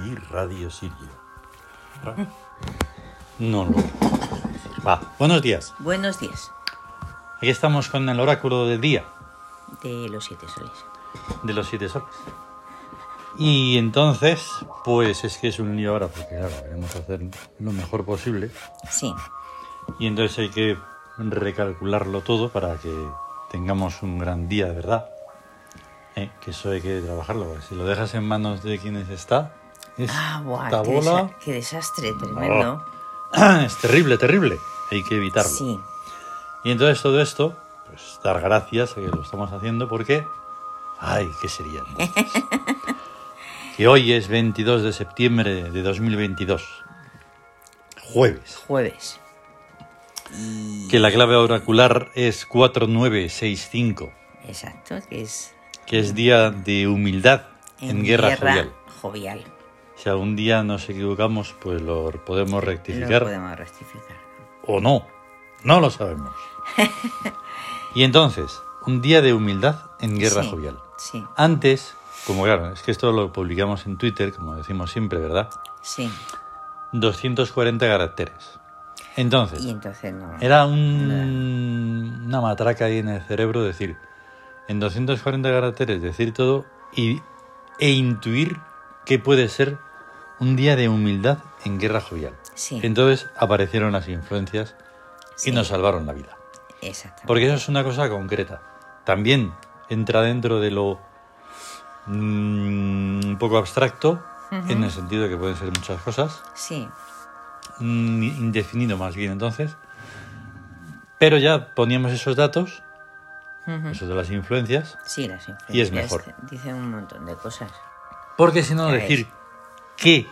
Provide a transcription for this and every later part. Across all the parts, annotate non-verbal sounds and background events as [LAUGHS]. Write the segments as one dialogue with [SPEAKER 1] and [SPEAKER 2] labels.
[SPEAKER 1] y Radio Sirio. No lo sé decir. Va, buenos días.
[SPEAKER 2] Buenos días
[SPEAKER 1] Aquí estamos con el oráculo del día
[SPEAKER 2] de los siete soles.
[SPEAKER 1] de los siete soles. Y entonces, pues es que es un lío ahora, porque claro, queremos hacer lo mejor posible.
[SPEAKER 2] Sí,
[SPEAKER 1] Y entonces hay que recalcularlo todo para que tengamos un gran día de verdad. Eh, que eso hay que trabajarlo, porque si lo dejas en manos de quienes está, es
[SPEAKER 2] Ah, buah,
[SPEAKER 1] esta
[SPEAKER 2] qué,
[SPEAKER 1] bola,
[SPEAKER 2] desa- qué desastre, tremendo.
[SPEAKER 1] Ah, es terrible, terrible. Hay que evitarlo.
[SPEAKER 2] sí,
[SPEAKER 1] Y entonces todo esto, pues dar gracias a que lo estamos haciendo porque, ay, ¿qué
[SPEAKER 2] [LAUGHS]
[SPEAKER 1] sería entonces? que hoy es 22 de septiembre de 2022, jueves,
[SPEAKER 2] jueves.
[SPEAKER 1] que la clave oracular es 4965,
[SPEAKER 2] Exacto, que es
[SPEAKER 1] que es día de humildad en, guerra, jovial.
[SPEAKER 2] jovial.
[SPEAKER 1] Si algún día nos equivocamos, pues lo podemos
[SPEAKER 2] Lo
[SPEAKER 1] rectificar
[SPEAKER 2] podemos rectificar.
[SPEAKER 1] o no, no lo sabemos. y entonces, un día de humildad en guerra
[SPEAKER 2] Sí,
[SPEAKER 1] jovial.
[SPEAKER 2] Sí,
[SPEAKER 1] Antes, como claro, es que esto lo publicamos en Twitter, como decimos siempre, ¿verdad?
[SPEAKER 2] sí.
[SPEAKER 1] 240 caracteres. Entonces,
[SPEAKER 2] Y entonces no.
[SPEAKER 1] era un- una matraca ahí en el cerebro decir, en 240 caracteres decir todo y, e intuir que puede ser un día de humildad en guerra jovial.
[SPEAKER 2] Sí.
[SPEAKER 1] Entonces aparecieron las influencias
[SPEAKER 2] Sí.
[SPEAKER 1] y nos salvaron la vida.
[SPEAKER 2] Exactamente.
[SPEAKER 1] Porque eso es una cosa concreta. También entra dentro de lo mm, un poco abstracto, en el sentido de que pueden ser muchas cosas,
[SPEAKER 2] Sí,
[SPEAKER 1] mm, indefinido más bien entonces. Pero ya poníamos esos datos, eso de las influencias,
[SPEAKER 2] sí, las influencias.
[SPEAKER 1] Y es mejor.
[SPEAKER 2] Dicen un montón de cosas.
[SPEAKER 1] porque si no
[SPEAKER 2] Ya
[SPEAKER 1] decir
[SPEAKER 2] ves.
[SPEAKER 1] que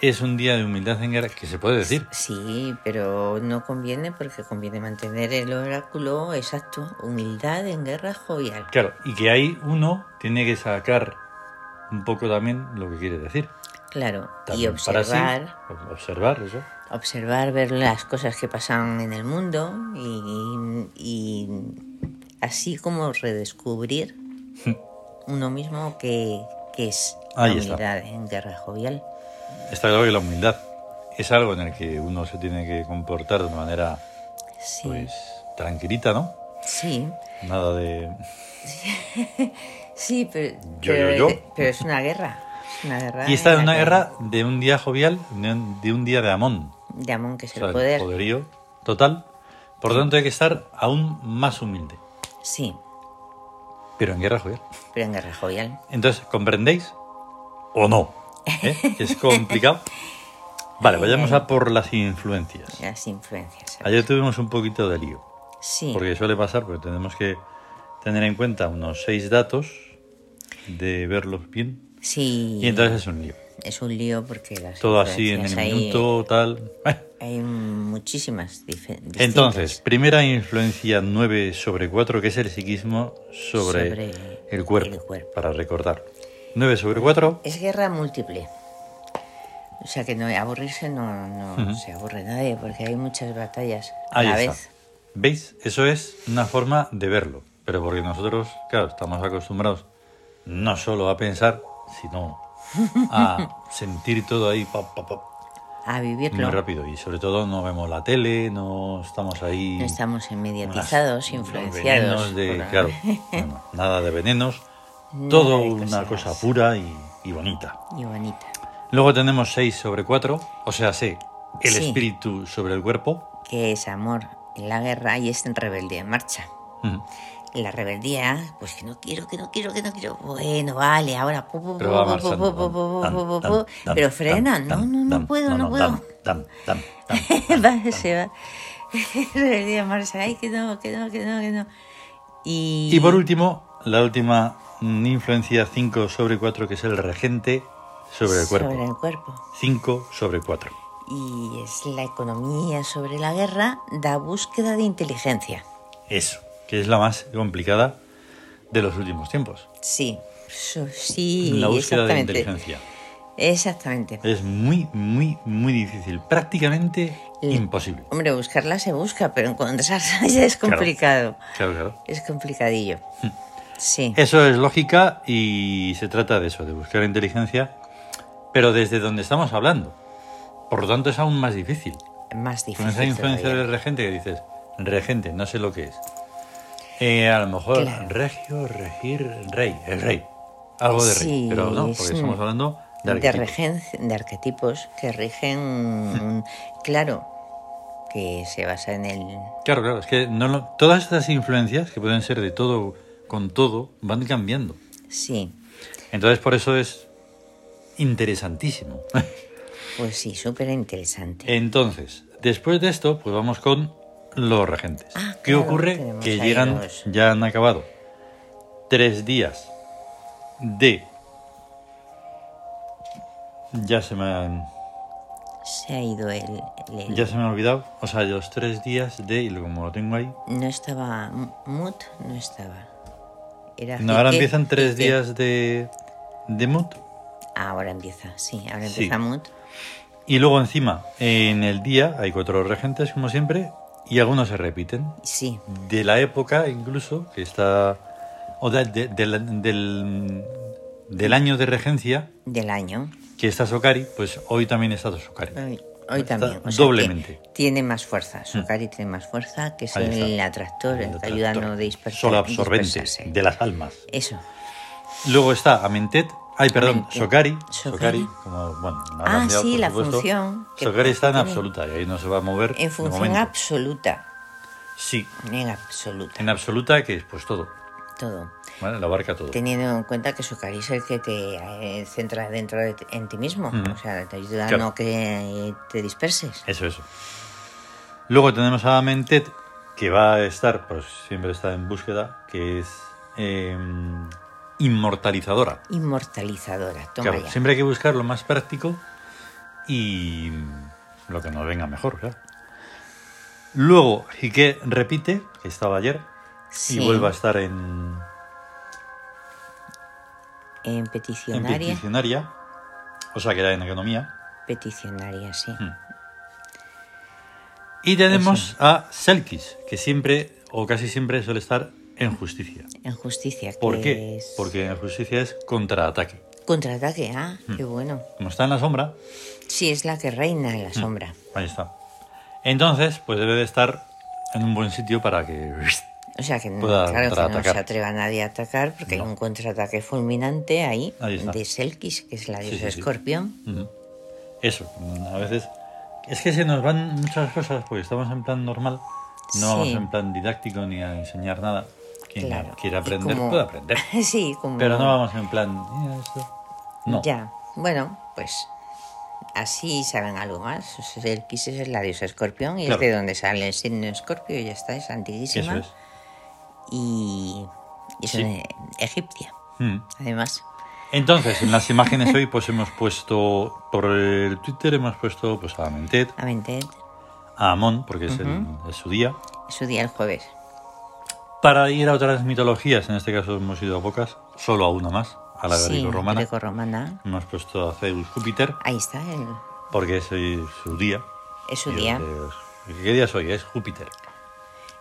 [SPEAKER 1] es un día de humildad en guerra, que se puede decir,
[SPEAKER 2] Sí, pero no conviene porque conviene mantener el oráculo exacto. Humildad en guerra jovial.
[SPEAKER 1] claro, y que ahí uno tiene que sacar un poco también lo que quiere decir.
[SPEAKER 2] Claro. y
[SPEAKER 1] También para
[SPEAKER 2] observar.
[SPEAKER 1] sí, ob- observar eso.
[SPEAKER 2] observar, ver las cosas que pasan en el mundo y, y así
[SPEAKER 1] [LAUGHS]
[SPEAKER 2] como redescubrir uno mismo que, que es
[SPEAKER 1] Ahí
[SPEAKER 2] la
[SPEAKER 1] está.
[SPEAKER 2] unidad en guerra jovial.
[SPEAKER 1] Está claro que la humildad es algo en el que uno se tiene que comportar de una manera
[SPEAKER 2] Sí,
[SPEAKER 1] pues tranquilita, ¿no?
[SPEAKER 2] sí,
[SPEAKER 1] Nada de
[SPEAKER 2] sí, pero,
[SPEAKER 1] Yo,
[SPEAKER 2] pero,
[SPEAKER 1] yo, yo.
[SPEAKER 2] pero es una guerra. es Una guerra
[SPEAKER 1] y está en
[SPEAKER 2] la
[SPEAKER 1] una
[SPEAKER 2] que-
[SPEAKER 1] guerra de un día jovial, de un- de un día de amón,
[SPEAKER 2] de Amón, que es
[SPEAKER 1] o sea,
[SPEAKER 2] el
[SPEAKER 1] el
[SPEAKER 2] poder.
[SPEAKER 1] poderío total. Por lo tanto hay que estar aún más humilde,
[SPEAKER 2] Sí,
[SPEAKER 1] pero en guerra jovial.
[SPEAKER 2] pero en guerra jovial.
[SPEAKER 1] Entonces, ¿comprendéis o no? ¿Eh?
[SPEAKER 2] [LAUGHS]
[SPEAKER 1] Es complicado. Vale, vayamos a por las influencias.
[SPEAKER 2] Las influencias.
[SPEAKER 1] Ayer tuvimos un poquito de lío.
[SPEAKER 2] Sí,
[SPEAKER 1] Porque suele pasar, porque tenemos que tener en cuenta unos seis datos de verlos bien.
[SPEAKER 2] sí.
[SPEAKER 1] Y entonces es un lío.
[SPEAKER 2] es un lío porque las
[SPEAKER 1] Todo así en el
[SPEAKER 2] influencias ahí-
[SPEAKER 1] minuto, tal. Bueno,
[SPEAKER 2] Hay muchísimas dife- distintas.
[SPEAKER 1] Entonces, primera influencia 9 sobre 4, que es el psiquismo sobre,
[SPEAKER 2] Sobre
[SPEAKER 1] el, cuerpo,
[SPEAKER 2] el cuerpo.
[SPEAKER 1] para recordar. 9 sobre 4,
[SPEAKER 2] Es guerra múltiple. O sea que no aburrirse no, no se aburre nadie porque hay muchas batallas a
[SPEAKER 1] ahí
[SPEAKER 2] la
[SPEAKER 1] está.
[SPEAKER 2] vez.
[SPEAKER 1] ¿Veis? Eso es una forma de verlo. Pero porque nosotros, claro, estamos acostumbrados no solo a pensar, sino
[SPEAKER 2] [LAUGHS]
[SPEAKER 1] a sentir todo ahí, pop, pop, pop.
[SPEAKER 2] A
[SPEAKER 1] Muy
[SPEAKER 2] vivirlo.
[SPEAKER 1] rápido y sobre todo no vemos la tele, no estamos ahí...
[SPEAKER 2] No estamos inmediatizados,
[SPEAKER 1] mediatizados,
[SPEAKER 2] influenciados. por la-
[SPEAKER 1] claro, no, no, nada de
[SPEAKER 2] [LAUGHS]
[SPEAKER 1] venenos, todo
[SPEAKER 2] de
[SPEAKER 1] una
[SPEAKER 2] cosas.
[SPEAKER 1] cosa pura y, y bonita.
[SPEAKER 2] Y bonita.
[SPEAKER 1] Luego tenemos 6 sobre 4, o sea, sí, el
[SPEAKER 2] Sí.
[SPEAKER 1] espíritu sobre el cuerpo.
[SPEAKER 2] Que es amor en la guerra y es en rebeldía en marcha.
[SPEAKER 1] Ujú.
[SPEAKER 2] La rebeldía, pues que no quiero, que no quiero, que no quiero. Bueno, vale, ahora. pu, pu,
[SPEAKER 1] Pero
[SPEAKER 2] pu,
[SPEAKER 1] va
[SPEAKER 2] pu, pu,
[SPEAKER 1] marchando.
[SPEAKER 2] pu, pu,
[SPEAKER 1] dan,
[SPEAKER 2] pu,
[SPEAKER 1] dan,
[SPEAKER 2] pu, pu.
[SPEAKER 1] dan,
[SPEAKER 2] Pero
[SPEAKER 1] dan,
[SPEAKER 2] frena, no,
[SPEAKER 1] dan,
[SPEAKER 2] no, no
[SPEAKER 1] dan,
[SPEAKER 2] puedo, no puedo.
[SPEAKER 1] dan, dan, dan, dan.
[SPEAKER 2] [LAUGHS] Va, se va. [LAUGHS] Rebeldía en marcha. Ay, que no, que no, que no, que no. Y,
[SPEAKER 1] Y por último, la última mm, influencia 5 sobre 4, que es el regente sobre el cuerpo.
[SPEAKER 2] Sobre el cuerpo.
[SPEAKER 1] 5 sobre 4.
[SPEAKER 2] Y es la economía sobre la guerra, da búsqueda de inteligencia.
[SPEAKER 1] Eso, que es la más complicada de los últimos tiempos.
[SPEAKER 2] Sí, so- sí,
[SPEAKER 1] la búsqueda de
[SPEAKER 2] exactamente.
[SPEAKER 1] inteligencia. Eh.
[SPEAKER 2] Exactamente.
[SPEAKER 1] Es muy, muy, muy difícil. Prácticamente
[SPEAKER 2] Y-
[SPEAKER 1] imposible.
[SPEAKER 2] Hombre, buscarla se busca, pero encontrarla [LAUGHS] ya
[SPEAKER 1] Claro.
[SPEAKER 2] es
[SPEAKER 1] Hmm.
[SPEAKER 2] complicado.
[SPEAKER 1] Claro, claro.
[SPEAKER 2] Es complicadillo. Sí,
[SPEAKER 1] Eh, Eso es lógica y se trata de eso, de buscar inteligencia pero desde donde estamos hablando. Por lo tanto, es aún más difícil.
[SPEAKER 2] Más difícil.
[SPEAKER 1] Con esa influencia
[SPEAKER 2] todavía.
[SPEAKER 1] del regente que dices, regente, no sé lo que es. Eh, a lo mejor
[SPEAKER 2] Claro.
[SPEAKER 1] regio, regir, rey, el rey. Algo de rey,
[SPEAKER 2] Sí,
[SPEAKER 1] pero no,
[SPEAKER 2] es
[SPEAKER 1] porque
[SPEAKER 2] un-
[SPEAKER 1] estamos hablando de
[SPEAKER 2] de,
[SPEAKER 1] arquetipos.
[SPEAKER 2] regen- de arquetipos que rigen, claro, que se basa en el...
[SPEAKER 1] Claro, claro, es que no lo- todas estas influencias, que pueden ser de todo con todo, van cambiando.
[SPEAKER 2] Sí,
[SPEAKER 1] Entonces, por eso es interesantísimo. [LAUGHS]
[SPEAKER 2] pues sí, súper interesante.
[SPEAKER 1] Entonces, después de esto, pues vamos con los regentes.
[SPEAKER 2] Ah,
[SPEAKER 1] ¿Qué
[SPEAKER 2] claro,
[SPEAKER 1] ocurre?
[SPEAKER 2] tenemos
[SPEAKER 1] Que
[SPEAKER 2] ahí
[SPEAKER 1] llegan,
[SPEAKER 2] los-
[SPEAKER 1] ya han acabado tres días de... Ya se me han, Eh.
[SPEAKER 2] Se ha ido el... el-
[SPEAKER 1] ya se me ha olvidado. O sea, los tres días de... Y como lo tengo ahí...
[SPEAKER 2] No estaba... Mood no estaba. Era
[SPEAKER 1] No, ahora
[SPEAKER 2] Jique-
[SPEAKER 1] empiezan tres
[SPEAKER 2] Jique.
[SPEAKER 1] días de... De mut.
[SPEAKER 2] Ah, Ahora empieza, sí, ahora
[SPEAKER 1] Sí.
[SPEAKER 2] empieza Mood.
[SPEAKER 1] Y luego encima, en el día, hay cuatro regentes, como siempre, y algunos se repiten.
[SPEAKER 2] Sí,
[SPEAKER 1] de la época incluso, que está, o de- de- de la- del, del año de regencia,
[SPEAKER 2] del año.
[SPEAKER 1] que está Sokari, pues hoy también está Sokari.
[SPEAKER 2] Hoy, hoy
[SPEAKER 1] Está
[SPEAKER 2] también. o sea que
[SPEAKER 1] doblemente. Hmm.
[SPEAKER 2] tiene más fuerza. Sukari tiene más fuerza, que es
[SPEAKER 1] Ahí está.
[SPEAKER 2] el atractor, el que ayuda a no dispersar.
[SPEAKER 1] Sol absorbente
[SPEAKER 2] dispersarse.
[SPEAKER 1] de las almas.
[SPEAKER 2] Eso.
[SPEAKER 1] Luego está Amentet, ay perdón,
[SPEAKER 2] Amentet.
[SPEAKER 1] Sokari,
[SPEAKER 2] Sokari.
[SPEAKER 1] Sokari, como bueno, no ha
[SPEAKER 2] Ah,
[SPEAKER 1] cambiado,
[SPEAKER 2] sí,
[SPEAKER 1] por
[SPEAKER 2] la
[SPEAKER 1] supuesto.
[SPEAKER 2] función que
[SPEAKER 1] Sokari está en
[SPEAKER 2] tiene.
[SPEAKER 1] absoluta y ahí no se va a mover. de
[SPEAKER 2] En función
[SPEAKER 1] momento.
[SPEAKER 2] absoluta.
[SPEAKER 1] Sí,
[SPEAKER 2] En absoluta.
[SPEAKER 1] en absoluta que es pues todo,
[SPEAKER 2] Todo.
[SPEAKER 1] ¿vale? Lo abarca todo.
[SPEAKER 2] Teniendo en cuenta que Sukari es el que te eh, centra dentro de ti- en ti mismo.
[SPEAKER 1] Ujú.
[SPEAKER 2] O sea, te ayuda a
[SPEAKER 1] Claro.
[SPEAKER 2] no que eh, te disperses.
[SPEAKER 1] Eso, eso. Luego tenemos a Mentet, que va a estar, pues siempre está en búsqueda, que es eh, inmortalizadora.
[SPEAKER 2] Inmortalizadora. Toma
[SPEAKER 1] Claro,
[SPEAKER 2] ya.
[SPEAKER 1] siempre hay que buscar lo más práctico y lo que nos venga mejor, claro. Luego, Jique repite, que estaba ayer,
[SPEAKER 2] Sí.
[SPEAKER 1] y vuelve a estar en,
[SPEAKER 2] En
[SPEAKER 1] en
[SPEAKER 2] peticionaria.
[SPEAKER 1] peticionaria, o sea que era en economía.
[SPEAKER 2] peticionaria, sí.
[SPEAKER 1] Y tenemos a Selkis, que siempre, o casi siempre, suele estar en justicia.
[SPEAKER 2] En justicia.
[SPEAKER 1] ¿Por
[SPEAKER 2] que
[SPEAKER 1] qué?
[SPEAKER 2] es-
[SPEAKER 1] Porque en justicia es contraataque.
[SPEAKER 2] Contraataque, ah, qué bueno.
[SPEAKER 1] Como está en la sombra,
[SPEAKER 2] Sí, es la que reina en la sombra.
[SPEAKER 1] ahí está. Entonces, pues debe de estar en un buen sitio para que... [LAUGHS]
[SPEAKER 2] O sea que no,
[SPEAKER 1] Pueda
[SPEAKER 2] claro, que no
[SPEAKER 1] contraatacar.
[SPEAKER 2] se atreva nadie a atacar porque
[SPEAKER 1] No.
[SPEAKER 2] hay un contraataque fulminante ahí,
[SPEAKER 1] Ahí está.
[SPEAKER 2] de Selkis, que es la
[SPEAKER 1] Sí,
[SPEAKER 2] diosa
[SPEAKER 1] sí, sí.
[SPEAKER 2] escorpión.
[SPEAKER 1] Ujú. Eso, a veces... Es que se nos van muchas cosas porque estamos en plan normal. No vamos
[SPEAKER 2] Sí.
[SPEAKER 1] en plan didáctico ni a enseñar nada. Quien
[SPEAKER 2] Claro.
[SPEAKER 1] quiera
[SPEAKER 2] Y
[SPEAKER 1] aprender,
[SPEAKER 2] como-
[SPEAKER 1] puede aprender.
[SPEAKER 2] [LAUGHS] sí, como.
[SPEAKER 1] Pero no vamos en plan... "Mira esto". No.
[SPEAKER 2] Ya, bueno, pues así saben algo más. O sea, Selkis es la diosa escorpión y
[SPEAKER 1] Claro.
[SPEAKER 2] es de donde sale el signo escorpio y ya está, es
[SPEAKER 1] Eso
[SPEAKER 2] antiguísima.
[SPEAKER 1] es.
[SPEAKER 2] Y, y es
[SPEAKER 1] Sí.
[SPEAKER 2] en Egipcia,
[SPEAKER 1] Mm.
[SPEAKER 2] además.
[SPEAKER 1] Entonces, en las imágenes hoy pues hemos puesto por el Twitter hemos puesto pues a Mentet,
[SPEAKER 2] A Mentet,
[SPEAKER 1] a Amón, porque es, el- es su día.
[SPEAKER 2] es su día el jueves.
[SPEAKER 1] Para ir a otras mitologías, en este caso hemos ido a pocas, solo a una más, a la
[SPEAKER 2] sí,
[SPEAKER 1] greco-romana.
[SPEAKER 2] grecorromana.
[SPEAKER 1] Hemos puesto a Zeus Júpiter,
[SPEAKER 2] Ahí está, el-
[SPEAKER 1] porque es eh, su día.
[SPEAKER 2] es su
[SPEAKER 1] Y
[SPEAKER 2] día.
[SPEAKER 1] es- ¿Qué día es hoy? Es Júpiter.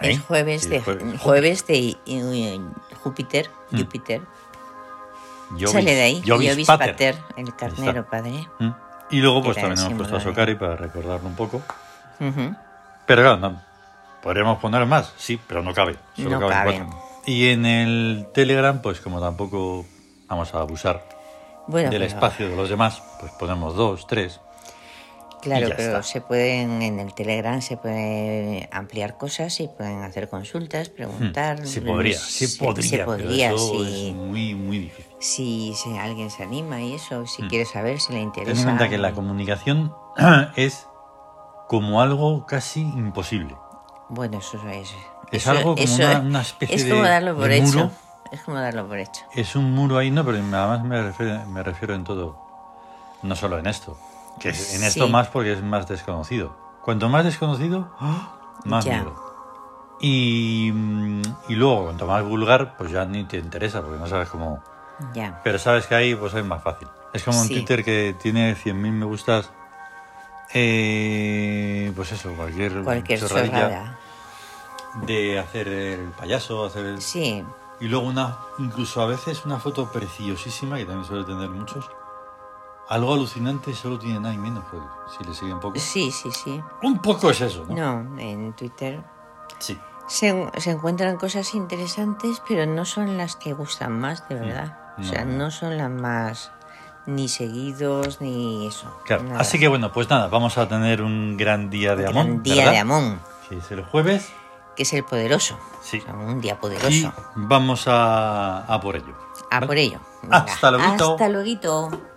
[SPEAKER 1] ¿Eh?
[SPEAKER 2] Es jueves
[SPEAKER 1] Sí,
[SPEAKER 2] de
[SPEAKER 1] jue-
[SPEAKER 2] jueves de y- y- Júpiter,
[SPEAKER 1] Mm.
[SPEAKER 2] Júpiter.
[SPEAKER 1] Jovis-
[SPEAKER 2] Sale de ahí.
[SPEAKER 1] Jovis
[SPEAKER 2] Jovis
[SPEAKER 1] Pater.
[SPEAKER 2] pater, el carnero
[SPEAKER 1] está.
[SPEAKER 2] padre.
[SPEAKER 1] Mm. Y luego pues
[SPEAKER 2] Era
[SPEAKER 1] también
[SPEAKER 2] el
[SPEAKER 1] hemos puesto a
[SPEAKER 2] símbolo
[SPEAKER 1] Sokari
[SPEAKER 2] de-
[SPEAKER 1] para recordarlo un poco.
[SPEAKER 2] Ujú.
[SPEAKER 1] Pero claro, no, podríamos poner más, sí, pero no cabe. Solo
[SPEAKER 2] No
[SPEAKER 1] caben
[SPEAKER 2] caben.
[SPEAKER 1] cuatro. Y en el Telegram, pues como tampoco vamos a abusar
[SPEAKER 2] Bueno,
[SPEAKER 1] del
[SPEAKER 2] pero-
[SPEAKER 1] espacio de los demás, pues ponemos dos, tres.
[SPEAKER 2] Claro,
[SPEAKER 1] y ya
[SPEAKER 2] pero
[SPEAKER 1] está.
[SPEAKER 2] se pueden en el Telegram se puede ampliar cosas y pueden hacer consultas, preguntar.
[SPEAKER 1] Se Hmm, podría, se, podría.
[SPEAKER 2] se
[SPEAKER 1] pero
[SPEAKER 2] podría,
[SPEAKER 1] eso
[SPEAKER 2] si,
[SPEAKER 1] es muy, muy difícil.
[SPEAKER 2] si, si alguien se anima y eso, si quiere saber, si le interesa.
[SPEAKER 1] Hmm.
[SPEAKER 2] mm,
[SPEAKER 1] Ten en cuenta que la comunicación [CLEARS THROAT] es como algo casi imposible.
[SPEAKER 2] Bueno, eso es.
[SPEAKER 1] Es
[SPEAKER 2] eso-
[SPEAKER 1] algo como
[SPEAKER 2] eso
[SPEAKER 1] una-
[SPEAKER 2] es-
[SPEAKER 1] una especie
[SPEAKER 2] es como
[SPEAKER 1] de-
[SPEAKER 2] darlo
[SPEAKER 1] de
[SPEAKER 2] por hecho.
[SPEAKER 1] muro.
[SPEAKER 2] Es como darlo por hecho.
[SPEAKER 1] Es un muro ahí, no, pero además me refiero, me refiero en todo. No solo en esto. Que es- en esto
[SPEAKER 2] Sí.
[SPEAKER 1] más porque es más desconocido. Cuanto más desconocido, ¡ah! más
[SPEAKER 2] Ya.
[SPEAKER 1] miedo. Y, mm, y luego, cuanto más vulgar, pues ya ni te interesa porque no sabes cómo.
[SPEAKER 2] Ya.
[SPEAKER 1] Pero sabes que ahí pues es más fácil. Es como en
[SPEAKER 2] Sí.
[SPEAKER 1] Twitter que tiene 100.000 me gustas. eh, pues eso, cualquier,
[SPEAKER 2] Cualquier
[SPEAKER 1] chorradilla
[SPEAKER 2] chorrada.
[SPEAKER 1] de hacer el payaso, hacer el
[SPEAKER 2] Sí,
[SPEAKER 1] y luego una, incluso a veces una foto preciosísima, que también suele tener muchos, Algo alucinante solo tiene nada y menos, pues, si le sigue un poco.
[SPEAKER 2] Sí, sí, sí.
[SPEAKER 1] Un poco es eso, ¿no?
[SPEAKER 2] No, en Twitter
[SPEAKER 1] Sí.
[SPEAKER 2] se, se encuentran cosas interesantes, pero no son las que gustan más, de verdad. O sea,
[SPEAKER 1] Mm, no.
[SPEAKER 2] no son las más ni seguidos ni eso.
[SPEAKER 1] Claro.
[SPEAKER 2] nada.
[SPEAKER 1] Así que bueno, pues nada, vamos a tener un gran día de Amón.
[SPEAKER 2] Gran día
[SPEAKER 1] ¿verdad?
[SPEAKER 2] de Amón,
[SPEAKER 1] Sí, es el jueves.
[SPEAKER 2] que es el poderoso.
[SPEAKER 1] Sí.
[SPEAKER 2] O sea, un día
[SPEAKER 1] Y
[SPEAKER 2] poderoso.
[SPEAKER 1] vamos a, a por ello.
[SPEAKER 2] A
[SPEAKER 1] ¿vale?
[SPEAKER 2] por ello.
[SPEAKER 1] Hasta luego.
[SPEAKER 2] Hasta luego.